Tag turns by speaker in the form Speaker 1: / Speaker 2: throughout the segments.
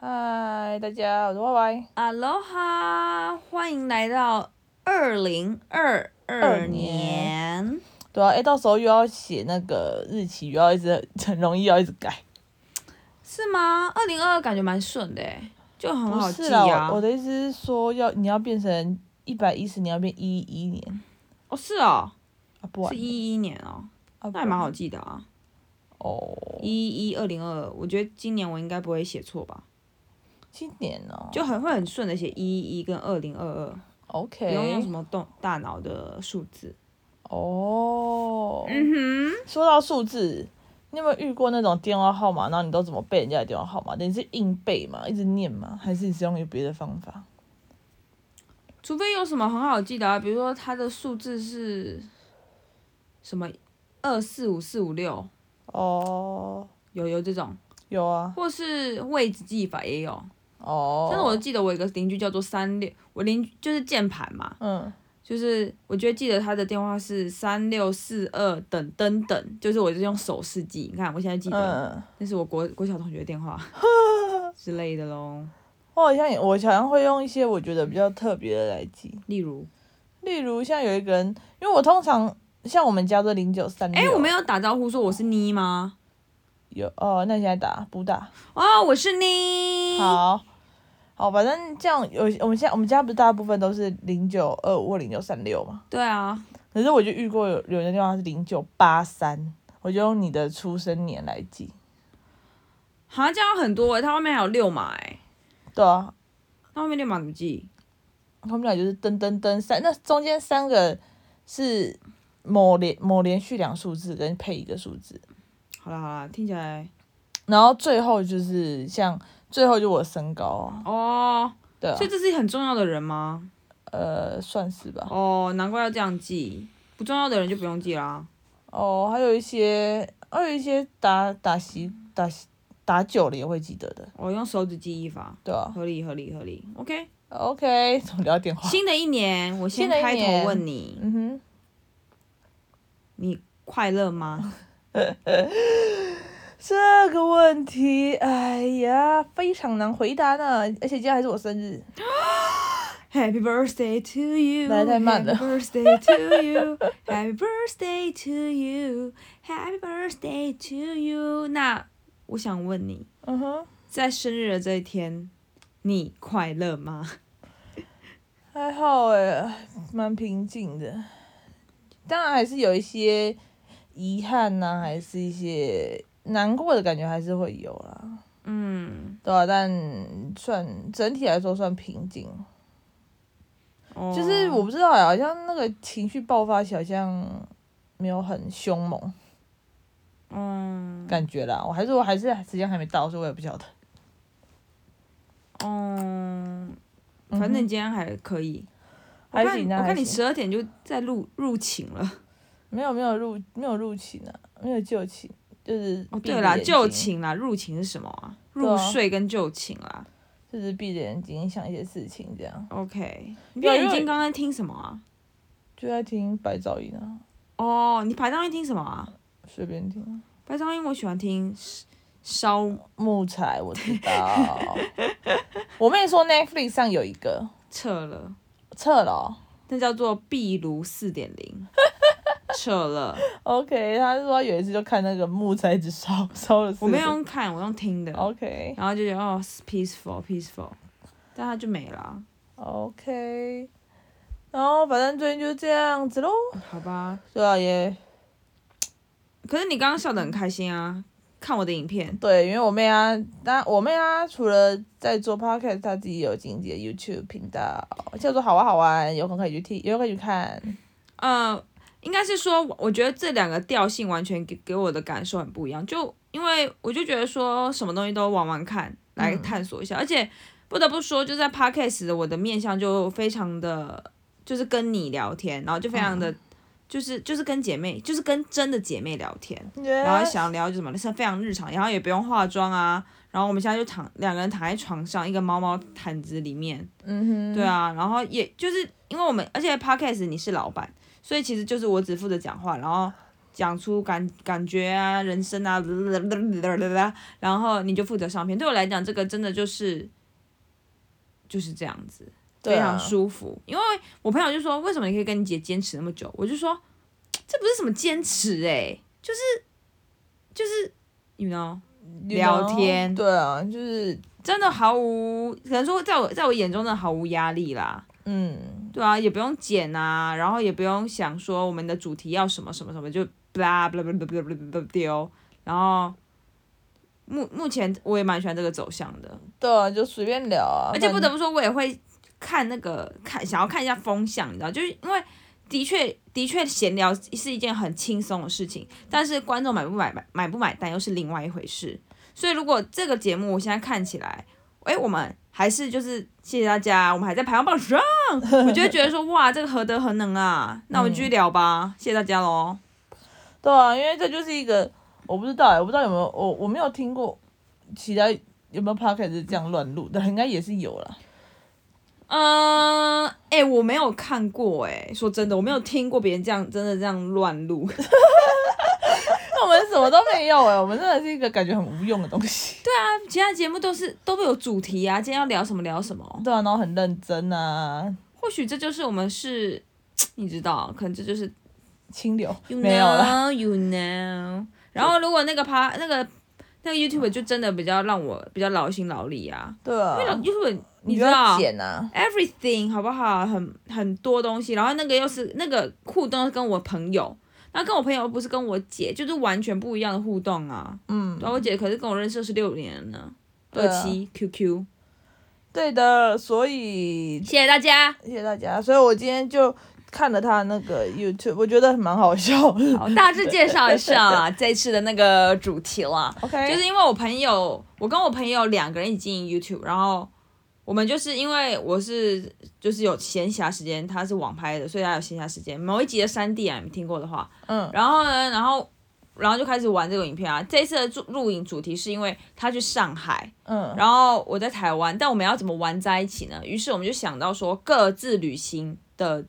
Speaker 1: 嗨，大家，我是 Y Y。
Speaker 2: 阿罗哈，欢迎来到二零二二年。
Speaker 1: 对啊，哎、到时候又要写那个日期，又要一直很容易要一直改。
Speaker 2: 是吗？二零二二感觉蛮顺的欸，就很
Speaker 1: 不
Speaker 2: 好
Speaker 1: 是
Speaker 2: 记
Speaker 1: 啦，
Speaker 2: 啊。
Speaker 1: 我我的意思是说要，你要变成一百一十年，要变一一年
Speaker 2: 哦，是哦，
Speaker 1: 啊，不然
Speaker 2: 是一一年哦，
Speaker 1: 啊，
Speaker 2: 那还蛮好记的啊。
Speaker 1: 不然哦。
Speaker 2: 一一二零二二，我觉得今年我应该不会写错吧，
Speaker 1: 今年哦，
Speaker 2: 就很会很顺的写一一跟二零二二，不用用
Speaker 1: OK
Speaker 2: 什么动大脑的数字。
Speaker 1: 哦。
Speaker 2: 嗯哼，
Speaker 1: 说到数字，你有没有遇过那种电话号码，然后你都怎么背人家的电话号码？你是硬背吗？一直念吗？还是你是用别的方法？
Speaker 2: 除非有什么很好记的啊，比如说它的数字是什么二四五四五六，
Speaker 1: 哦，
Speaker 2: 有有这种。
Speaker 1: 有啊，
Speaker 2: 或是位置记忆法也有。
Speaker 1: 哦。
Speaker 2: 但是我记得我有一个邻居叫做三六，我邻居就是键盘嘛，
Speaker 1: 嗯，
Speaker 2: 就是我就记得他的电话是三六四二等等等，就是我就用手势记。你看我现在记得，
Speaker 1: 嗯，
Speaker 2: 那是我国国小同学的电 话之类的喽。
Speaker 1: 我好像也我好像会用一些我觉得比较特别的来记，
Speaker 2: 例如，
Speaker 1: 例如像有一个人，因为我通常像我们家的零九三六，
Speaker 2: 哎、我没有打招呼说我是妮吗？
Speaker 1: 有哦，那你现在打不打？
Speaker 2: 哦，我是妮。
Speaker 1: 好，好，反正这样有我们现在我们家不是大部分都是零九二五或零九三六嘛，
Speaker 2: 对啊，
Speaker 1: 可是我就遇过有有人电话是零九八三，我就用你的出生年来记，
Speaker 2: 好，这样很多哎、它外面还有六码哎、
Speaker 1: 对啊，
Speaker 2: 那后面六码怎么记？
Speaker 1: 他们俩就是噔噔噔三，那中间三个是某连某连续两数字跟配一个数字，
Speaker 2: 好啦好啦，听起来
Speaker 1: 然后最后就是像最后就我身高啊，
Speaker 2: 哦，
Speaker 1: 对啊
Speaker 2: 所以，这是很重要的人吗？
Speaker 1: 呃，算是吧。
Speaker 2: 哦，难怪要这样记，不重要的人就不用记啦。
Speaker 1: 哦，还有一些，还有一些打打习打习打久了也会记得的，
Speaker 2: 我、哦用手指记忆法，
Speaker 1: 对啊。
Speaker 2: 合理合理合理。OK，
Speaker 1: OK，怎么聊电话？
Speaker 2: 新的一年我先
Speaker 1: 新的一
Speaker 2: 开
Speaker 1: 年
Speaker 2: 头问你，
Speaker 1: 嗯哼，
Speaker 2: 你快乐 吗？
Speaker 1: 这个问题，哎呀，非常难回答呢。而且今天还是我生日，
Speaker 2: Happy birthday to you！
Speaker 1: 来太慢了
Speaker 2: Happy birthday to you！Happy birthday to you！Happy birthday to you！那 我想问你，
Speaker 1: 嗯哼，
Speaker 2: 在生日的这一天，你快乐吗？
Speaker 1: 还好哎，蛮平静的。当然还是有一些遗憾呐、还是一些难过的感觉，还是会有啦。
Speaker 2: 嗯，
Speaker 1: 对啊，但算整体来说算平静。
Speaker 2: 哦
Speaker 1: 就是我不知道欸，好像那个情绪爆发起来好像没有很凶猛
Speaker 2: 嗯
Speaker 1: 感觉啦。我还是我还是时间还没到，所以我也不晓得。
Speaker 2: 嗯，反正你今天还可以。
Speaker 1: 还
Speaker 2: 我看
Speaker 1: 行啊
Speaker 2: 我
Speaker 1: 还
Speaker 2: 看你
Speaker 1: 行
Speaker 2: 十二点就在入入寝了。
Speaker 1: 没有没有入没有入寝啊，没有就寝，就是
Speaker 2: 哦，
Speaker 1: 闭
Speaker 2: 对
Speaker 1: 着
Speaker 2: 啦，
Speaker 1: 眼
Speaker 2: 就
Speaker 1: 睛，
Speaker 2: 寝啦，入寝是什么啊？
Speaker 1: 对啊
Speaker 2: 入睡跟就寝啦。
Speaker 1: 就是闭着眼睛想一些事情，这样
Speaker 2: OK，你
Speaker 1: 对啊
Speaker 2: 闭眼
Speaker 1: 因为
Speaker 2: 睛刚刚听什么啊？
Speaker 1: 就在听白噪音啊，
Speaker 2: 哦，你白噪音听什么啊？
Speaker 1: 随便听。
Speaker 2: 白噪音我喜欢听烧
Speaker 1: 木材我知 道，我妹说 Netflix 上有一个
Speaker 2: 撤了，
Speaker 1: 撤了哦、
Speaker 2: 那叫做壁炉四点 零，撤了。
Speaker 1: OK，他说他有一次就看那个木材一直烧 烧了四
Speaker 2: 我
Speaker 1: 个。
Speaker 2: 没有用看，我用听的，
Speaker 1: 哦 OK
Speaker 2: 然后就觉得哦，peaceful peaceful，但它就没了，
Speaker 1: OK，然后反正最近就是这样子喽。
Speaker 2: 好吧。
Speaker 1: 对啊，也
Speaker 2: 可是你刚刚笑得很开心啊，看我的影片。
Speaker 1: 对，因为我妹啊，那我妹啊，除了在做 podcast，她自己有经己的 YouTube 频道，叫做好啊玩好玩，有空可以去听，有空可以去看。
Speaker 2: 呃，应该是说，我我觉得这两个调性完全给给我的感受很不一样。就因为我就觉得说什么东西都玩玩看，来探索一下，而且不得不说，就在 podcast 的我的面向就非常的，就是跟你聊天，然后就非常的，就是就是跟姐妹，就是跟真的姐妹聊天。然后想聊就什么，是非常日常，然后也不用化妆啊。然后我们现在就躺两个人躺在床上，一个猫猫毯子里面，
Speaker 1: 嗯哼，
Speaker 2: 对，啊，然后也就是因为我们，而且 podcast 你是老板，所以其实就是我只负责讲话，然后讲出感感觉啊、人生啊，然后你就负责上片。对我来讲，这个真的就是就是这样子，
Speaker 1: 对
Speaker 2: 非
Speaker 1: 啊
Speaker 2: 常舒服。因为我朋友就说，为什么你可以跟你姐坚持那么久？我就说，这不是什么坚持哎、就是就是，you know，
Speaker 1: you
Speaker 2: 聊
Speaker 1: know？
Speaker 2: 天
Speaker 1: 对啊，就是
Speaker 2: 真的毫无，可能说在我在我眼中真的毫无压力啦。
Speaker 1: 嗯，
Speaker 2: 对啊，也不用剪啊，然后也不用想说我们的主题要什么什么什么，就 blah blah blah blah blah blah blah 丢。然后目目前我也蛮喜欢这个走向的，
Speaker 1: 对啊，就随便聊啊，
Speaker 2: 而且不
Speaker 1: 反
Speaker 2: 得不说，我也会看那个看想要看一下风向，你知道，就是因为的确的确闲聊是一件很轻松的事情，但是观众买不买买买不买单又是另外一回事。所以如果这个节目我现在看起来，哎，我们还是就是谢谢大家，我们还在排行榜上，我就会觉得说哇，这个何德何能啊！那我们继续聊吧，谢谢大家喽。
Speaker 1: 对啊，因为这就是一个我不知道、欸，我不知道有没有我我没有听过其他有没有 p o c k e t 是这样乱录的，应该也是有啦。
Speaker 2: 嗯，哎、我没有看过、哎，说真的，我没有听过别人这样真的这样乱录。
Speaker 1: 那我们什么都没有 哎、我们真的是一个感觉很无用的东西。对
Speaker 2: 其他节目都是都会有主题啊，今天要聊什么聊什么。
Speaker 1: 啊，然后很认真啊，
Speaker 2: 或许这就是我们是，你知道，可能这就是
Speaker 1: 清流
Speaker 2: you
Speaker 1: 没有啦。
Speaker 2: know you know。然后如果那个趴那个那个 YouTube 就真的比较让我比较劳心劳力啊，
Speaker 1: 对啊
Speaker 2: 因为，老 YouTube
Speaker 1: 你
Speaker 2: 你知
Speaker 1: 就要
Speaker 2: 道
Speaker 1: 剪啊，
Speaker 2: everything 好不好？很很多东西，然后那个又是那个互动是跟我朋友。那跟我朋友又不是跟我姐，就是完全不一样的互动啊！
Speaker 1: 嗯，
Speaker 2: 然后我姐可是跟我认识十六年了呢，
Speaker 1: 对
Speaker 2: 二
Speaker 1: 啊
Speaker 2: 七 QQ，
Speaker 1: 对的，所以
Speaker 2: 谢谢大家。
Speaker 1: 谢谢大家。所以我今天就看了他那个 YouTube，我觉得蛮好笑的。
Speaker 2: 好，大致介绍一下啊这次的那个主题啦。
Speaker 1: OK，
Speaker 2: 就是因为我朋友，我跟我朋友两个人一起经营 YouTube，然后我们就是因为我是就是有闲暇时间，他是网拍的，所以他有闲暇时间。某一集的三 D 啊，你们听过的话，
Speaker 1: 嗯，
Speaker 2: 然后呢，然后然后就开始玩这个影片啊。这一次的录录影主题是因为他去上海，
Speaker 1: 嗯，
Speaker 2: 然后我在台湾，但我们要怎么玩在一起呢？于是我们就想到说各自旅行的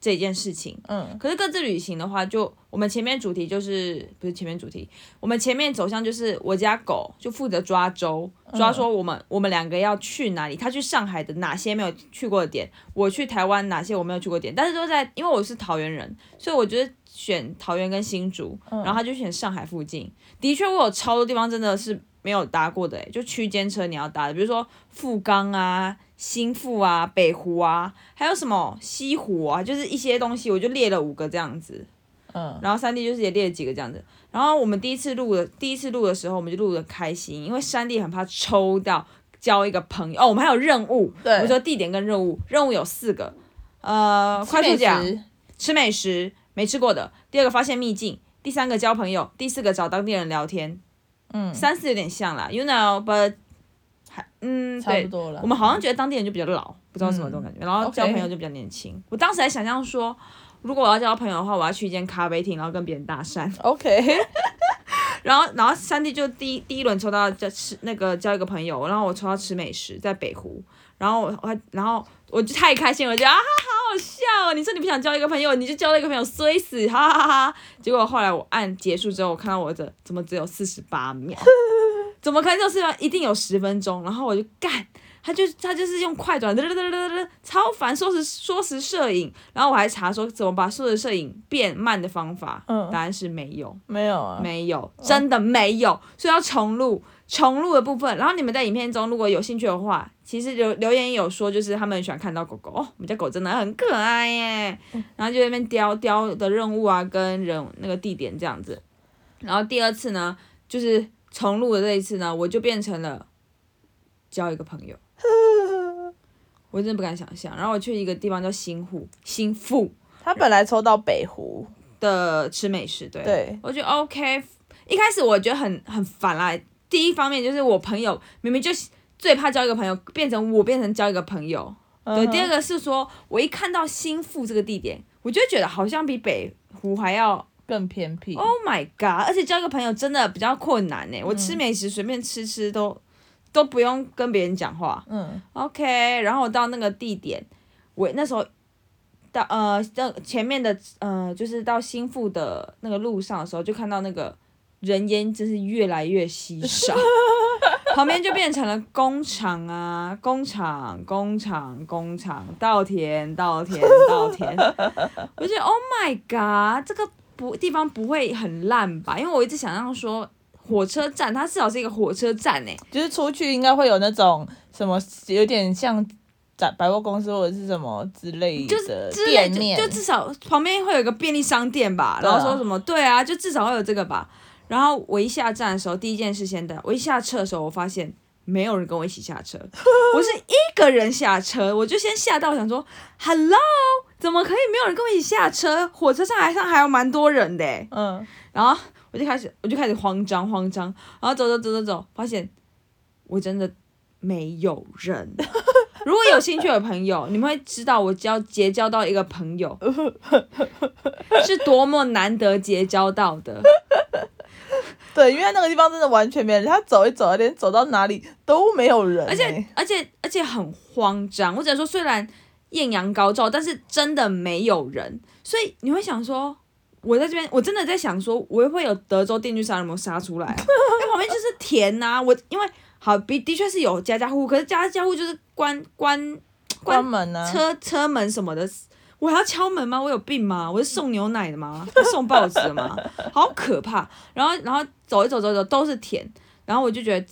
Speaker 2: 这件事情。
Speaker 1: 嗯，
Speaker 2: 可是各自旅行的话就，我们前面主题就是不是前面主题，我们前面走向就是我家狗就负责抓周，
Speaker 1: 嗯
Speaker 2: 抓说我们、我们两个要去哪里，他去上海的哪些没有去过的点，我去台湾哪些我没有去过的点，但是都在因为我是桃园人，所以我觉得选桃园跟新竹，
Speaker 1: 嗯
Speaker 2: 然后他就选上海附近，的确我有超多地方真的是没有搭过的、欸，就区间车你要搭的，比如说富冈啊。新富啊，北湖啊，还有什么西湖啊，就是一些东西，我就列了五个这样子。
Speaker 1: 嗯，
Speaker 2: 然后三弟就是也列了几个这样子。然后我们第一次录的，第一次录的时候，我们就录的开心，因为三弟很怕抽到交一个朋友哦。我们还有任务，
Speaker 1: 对
Speaker 2: 我们说地点跟任务，任务有四个，呃，快速讲，吃美食没吃过的，第二个发现秘境，第三个交朋友，第四个找当地人聊天。
Speaker 1: 嗯，
Speaker 2: 三四有点像啦，you know，but 还嗯，
Speaker 1: 差
Speaker 2: 对
Speaker 1: 不，多了。嗯
Speaker 2: 我们好像觉得当地人就比较老，不知道为什么这种感觉，然后
Speaker 1: OK
Speaker 2: 交朋友就比较年轻。我当时还想象说，如果我要交朋友的话，我要去一间咖啡厅，然后跟别人搭讪。
Speaker 1: OK，
Speaker 2: 然后，然后三弟就第一第一轮抽到就吃那个交一个朋友，然后我抽到吃美食，在北湖。然后我我还然后我就太开心了，我觉得啊好好笑哦！你说你不想交一个朋友，你就交了一个朋友，衰死，哈哈哈哈！结果后来我按结束之后，我看到我的怎么只有四十八秒，怎么可能就是一定有十分钟？然后我就干。他就他就是用快转，嘚嘚嘚嘚嘚，超烦，说是说是摄影，然后我还查说怎么把说是摄影变慢的方法，
Speaker 1: 嗯
Speaker 2: 答案是没有，
Speaker 1: 没有啊，
Speaker 2: 没有，真的没有，所以要重录重录的部分。然后你们在影片中如果有兴趣的话，其实留留言也有说，就是他们很喜欢看到狗狗哦，我们家狗真的很可爱耶。然后就在那边雕雕的任务啊，跟人那个地点这样子。然后第二次呢，就是重录的这一次呢，我就变成了交一个朋友，我真的不敢想象。然后我去一个地方叫新户新富
Speaker 1: 他本来抽到北湖，
Speaker 2: 的吃美食，对
Speaker 1: 对，
Speaker 2: 我觉得 OK。一开始我觉得很很烦啦。第一方面就是我朋友明明就最怕交一个朋友，变成我变成交一个朋友。对，
Speaker 1: 嗯哼
Speaker 2: 第二个是说我一看到新富这个地点，我就觉得好像比北湖还要
Speaker 1: 更偏僻。
Speaker 2: Oh my god！而且交一个朋友真的比较困难欸呢。我
Speaker 1: 嗯
Speaker 2: 吃美食随便吃吃都都不用跟别人讲话。
Speaker 1: 嗯，
Speaker 2: OK，然后我到那个地点，我那时候到呃，这前面的呃，就是到新富的那个路上的时候，就看到那个人烟真是越来越稀少，旁边就变成了工厂啊，工厂，工厂，工厂，稻田，稻田，稻田。我就觉得 Oh my God，这个不地方不会很烂吧？因为我一直想象说。火车站，它至少是一个火车站欸诶、
Speaker 1: 就是出去应该会有那种什么，有点像百百货公司或者是什么之类的
Speaker 2: 之类
Speaker 1: 店
Speaker 2: 就
Speaker 1: 面，
Speaker 2: 就至少旁边会有一个便利商店吧，
Speaker 1: 对
Speaker 2: 然
Speaker 1: 啊
Speaker 2: 后说什么对啊，就至少会有这个吧。然后我一下站的时候，第一件事先的，我一下车的时候，我发现没有人跟我一起下 车，我是一个人下车，我就先吓到，想说 Hello，怎么可以没有人跟我一起下车？火车上还上还有蛮多人的、欸，
Speaker 1: 嗯，
Speaker 2: 然后我就开始我就开始慌张慌张，然后走走走走走，发现我真的没有人。如果有兴趣的朋友，你们会知道我只要结交到一个朋友，是多么难得结交到的。
Speaker 1: 对，因为那个地方真的完全没人，他走一走，连走到哪里都没有人欸、
Speaker 2: 而且而且而且很慌张。我只能说，虽然艳阳高照，但是真的没有人，所以你会想说，我在这边，我真的在想说，我会不会有德州电锯杀人魔杀出来、啊？因为旁边就是田呐、我因为好比的确是有家家户户，可是家家户户就是关关
Speaker 1: 关
Speaker 2: 关
Speaker 1: 门呢、啊，
Speaker 2: 车车门什么的。我还要敲门吗？我有病吗？我是送牛奶的吗？我是送报纸的吗？ 好可怕！然后，然后走一走走一走都是田，然后我就觉得，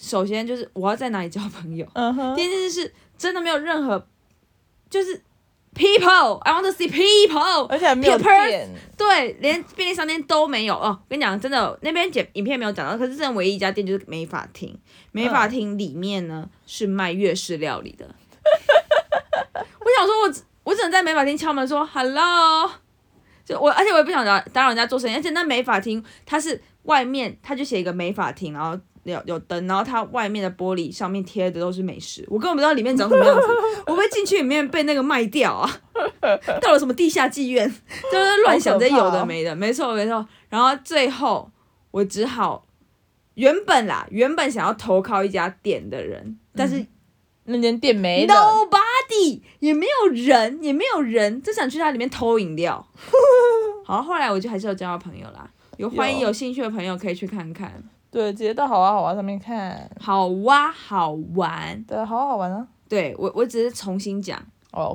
Speaker 2: 首先就是我要在哪里交朋友，
Speaker 1: 嗯哼
Speaker 2: 第，一件事是真的没有任何，就是 people，I want to see people。
Speaker 1: 而且还没有
Speaker 2: Pepper-
Speaker 1: 店，
Speaker 2: 对，连便利商店都没有哦。跟你讲，真的，那边剪影片没有讲到，可是真的唯一一家店就是美法厅。美法厅里面呢、是卖粤式料理的。 我想说我只，我只能在美法厅敲门说 hello，就我，而且我也不想打打扰人家做生意，而且那美法厅它是外面，它就写一个美法厅，然后。有有灯，然后它外面的玻璃上面贴的都是美食，我根本不知道里面长什么样子， 我会不会进去里面被那个卖掉啊， 到了什么地下妓院，就是乱想这些有的没的，没错没错。然后最后我只好原本啦，原本想要投靠一家店的人，但是
Speaker 1: 那间店没了
Speaker 2: nobody 也没有人，也没有人，就想去它里面偷 饮料。好，后来我就还是有交到朋友啦，有欢迎
Speaker 1: 有
Speaker 2: 有兴趣的朋友可以去看看，
Speaker 1: 对，直接到好玩好玩上面看，
Speaker 2: 好哇、好玩。
Speaker 1: 对，好好玩啊。
Speaker 2: 对我，我只是重新讲，所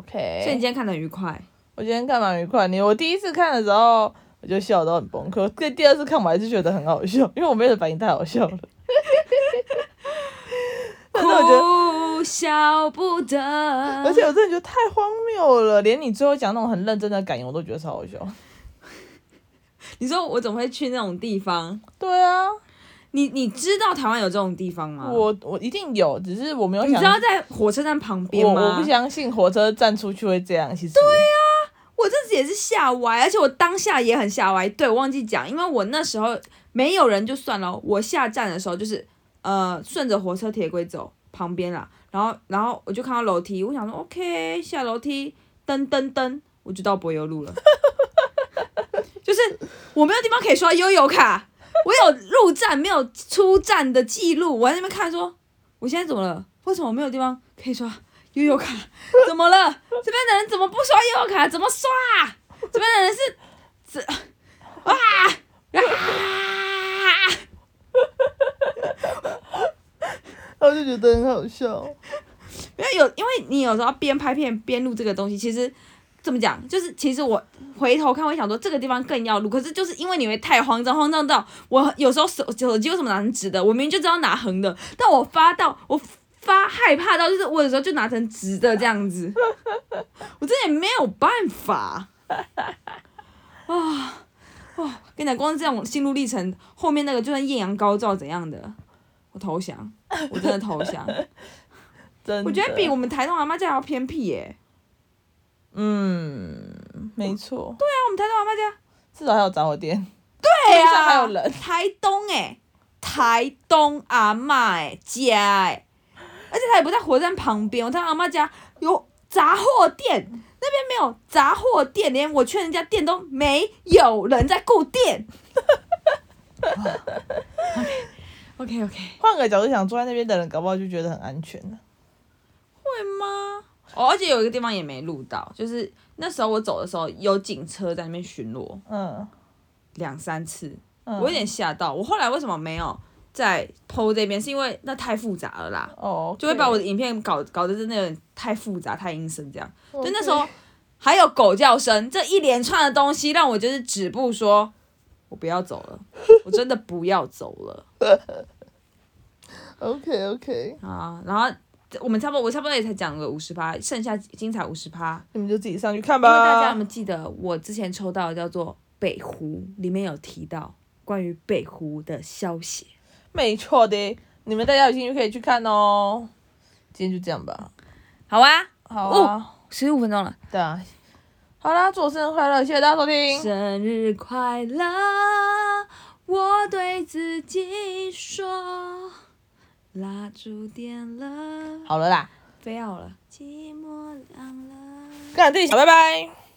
Speaker 2: 以你
Speaker 1: OK，
Speaker 2: 今天看得很愉 快。
Speaker 1: 我今天看蛮愉快的。我第一次看的时候，我就笑到很崩溃。对，第二次看我还是觉得很好笑，因为我妹的反应太好笑了。但是我觉得，
Speaker 2: 哭笑不得，嗯
Speaker 1: 而且我真的觉得太荒谬了，连你最后讲那种很认真的感言，我都觉得超好笑。
Speaker 2: 你说我怎么会去那种地方？
Speaker 1: 对啊，
Speaker 2: 你你知道台湾有这种地方吗？
Speaker 1: 我我一定有，只是我没有
Speaker 2: 嗯你
Speaker 1: 想
Speaker 2: 知。道在火车站旁边
Speaker 1: 我
Speaker 2: 吗？啊
Speaker 1: 我不相信火车站出去会这样，其实对呀、
Speaker 2: 我这次也是吓歪，而且我当下也很吓歪。对，我忘记讲，因为我那时候没有人就算了，我下站的时候就是呃顺着火车铁轨走旁边啦，然后然后我就看到楼梯，我想说 OK 下楼梯，噔噔噔，我就到柏油路了。 就是我没有地方可以刷悠游卡，我有入站没有出站的记录，我在那边看说我现在怎么了？为什么我没有地方可以刷悠游卡？怎么了？这边的人怎么不刷悠游卡？怎么刷啊、这边的人是这啊啊！
Speaker 1: 啊我就觉得很好笑。
Speaker 2: 因为有，因为你有时候边拍片边录这个东西，其实怎么讲，就是其实我回头看，我会想说这个地方更要录，可是就是因为你会太慌张，慌张到我有时候手手机为什么拿成直的，我明明就知道拿横的，但我发到我发害怕到，就是我有时候就拿成直的这样子， 我真的也没有办法啊。哦，跟你讲，光是这种心路历程，后面那个就算艳阳高照怎样的，我投降，我真的投降。
Speaker 1: 真的，
Speaker 2: 我觉得比我们台东阿妈家还要偏僻耶、
Speaker 1: 嗯，没错，对，
Speaker 2: 那我们台东阿妈家，
Speaker 1: 至少还有杂货店，
Speaker 2: 对啊
Speaker 1: 路上还有人
Speaker 2: 台东哎、台东阿妈哎、家哎、而且她也不在火车站旁边，我台东阿妈家有杂货店，那边没有杂货店，连我去人家店都没有人在顾 店。OK OK，
Speaker 1: 换个角度想，坐在那边的人，搞不好就觉得很安全呢、
Speaker 2: 会吗？哦，而且有一个地方也没录到，就是那时候我走的时候有警车在那边巡逻
Speaker 1: 嗯，
Speaker 2: 两三次，
Speaker 1: 嗯
Speaker 2: 我有点吓到。我后来为什么没有在 PO 这边，是因为那太复杂了啦，
Speaker 1: 哦，
Speaker 2: 就会把我
Speaker 1: 对
Speaker 2: 的影片搞搞得真的有点太复杂、太阴森这样。
Speaker 1: 我
Speaker 2: 就那时候还有狗叫声，这一连串的东西让我就是止步说，我不要走了，我真的不要走了
Speaker 1: OK OK，
Speaker 2: 啊！然后我们差不多，我差不多也才讲了五十趴，剩下精彩五十趴。
Speaker 1: 你们就自己上去看
Speaker 2: 因为大家
Speaker 1: 吧
Speaker 2: 有没。有记得我之前抽到的叫做北湖，里面有提到关于北湖的消息。
Speaker 1: 没错的，你们大家有兴趣可以去看哦。今天就这样吧，
Speaker 2: 好啊，
Speaker 1: 好啊，
Speaker 2: 十五分钟了，
Speaker 1: 对啊，好啦，祝我生日快乐，谢谢大家收听。
Speaker 2: 生日快乐！我对自己说，蜡烛点了，
Speaker 1: 好了啦，
Speaker 2: 不要了，寂寞凉了。
Speaker 1: 干这一下，拜拜。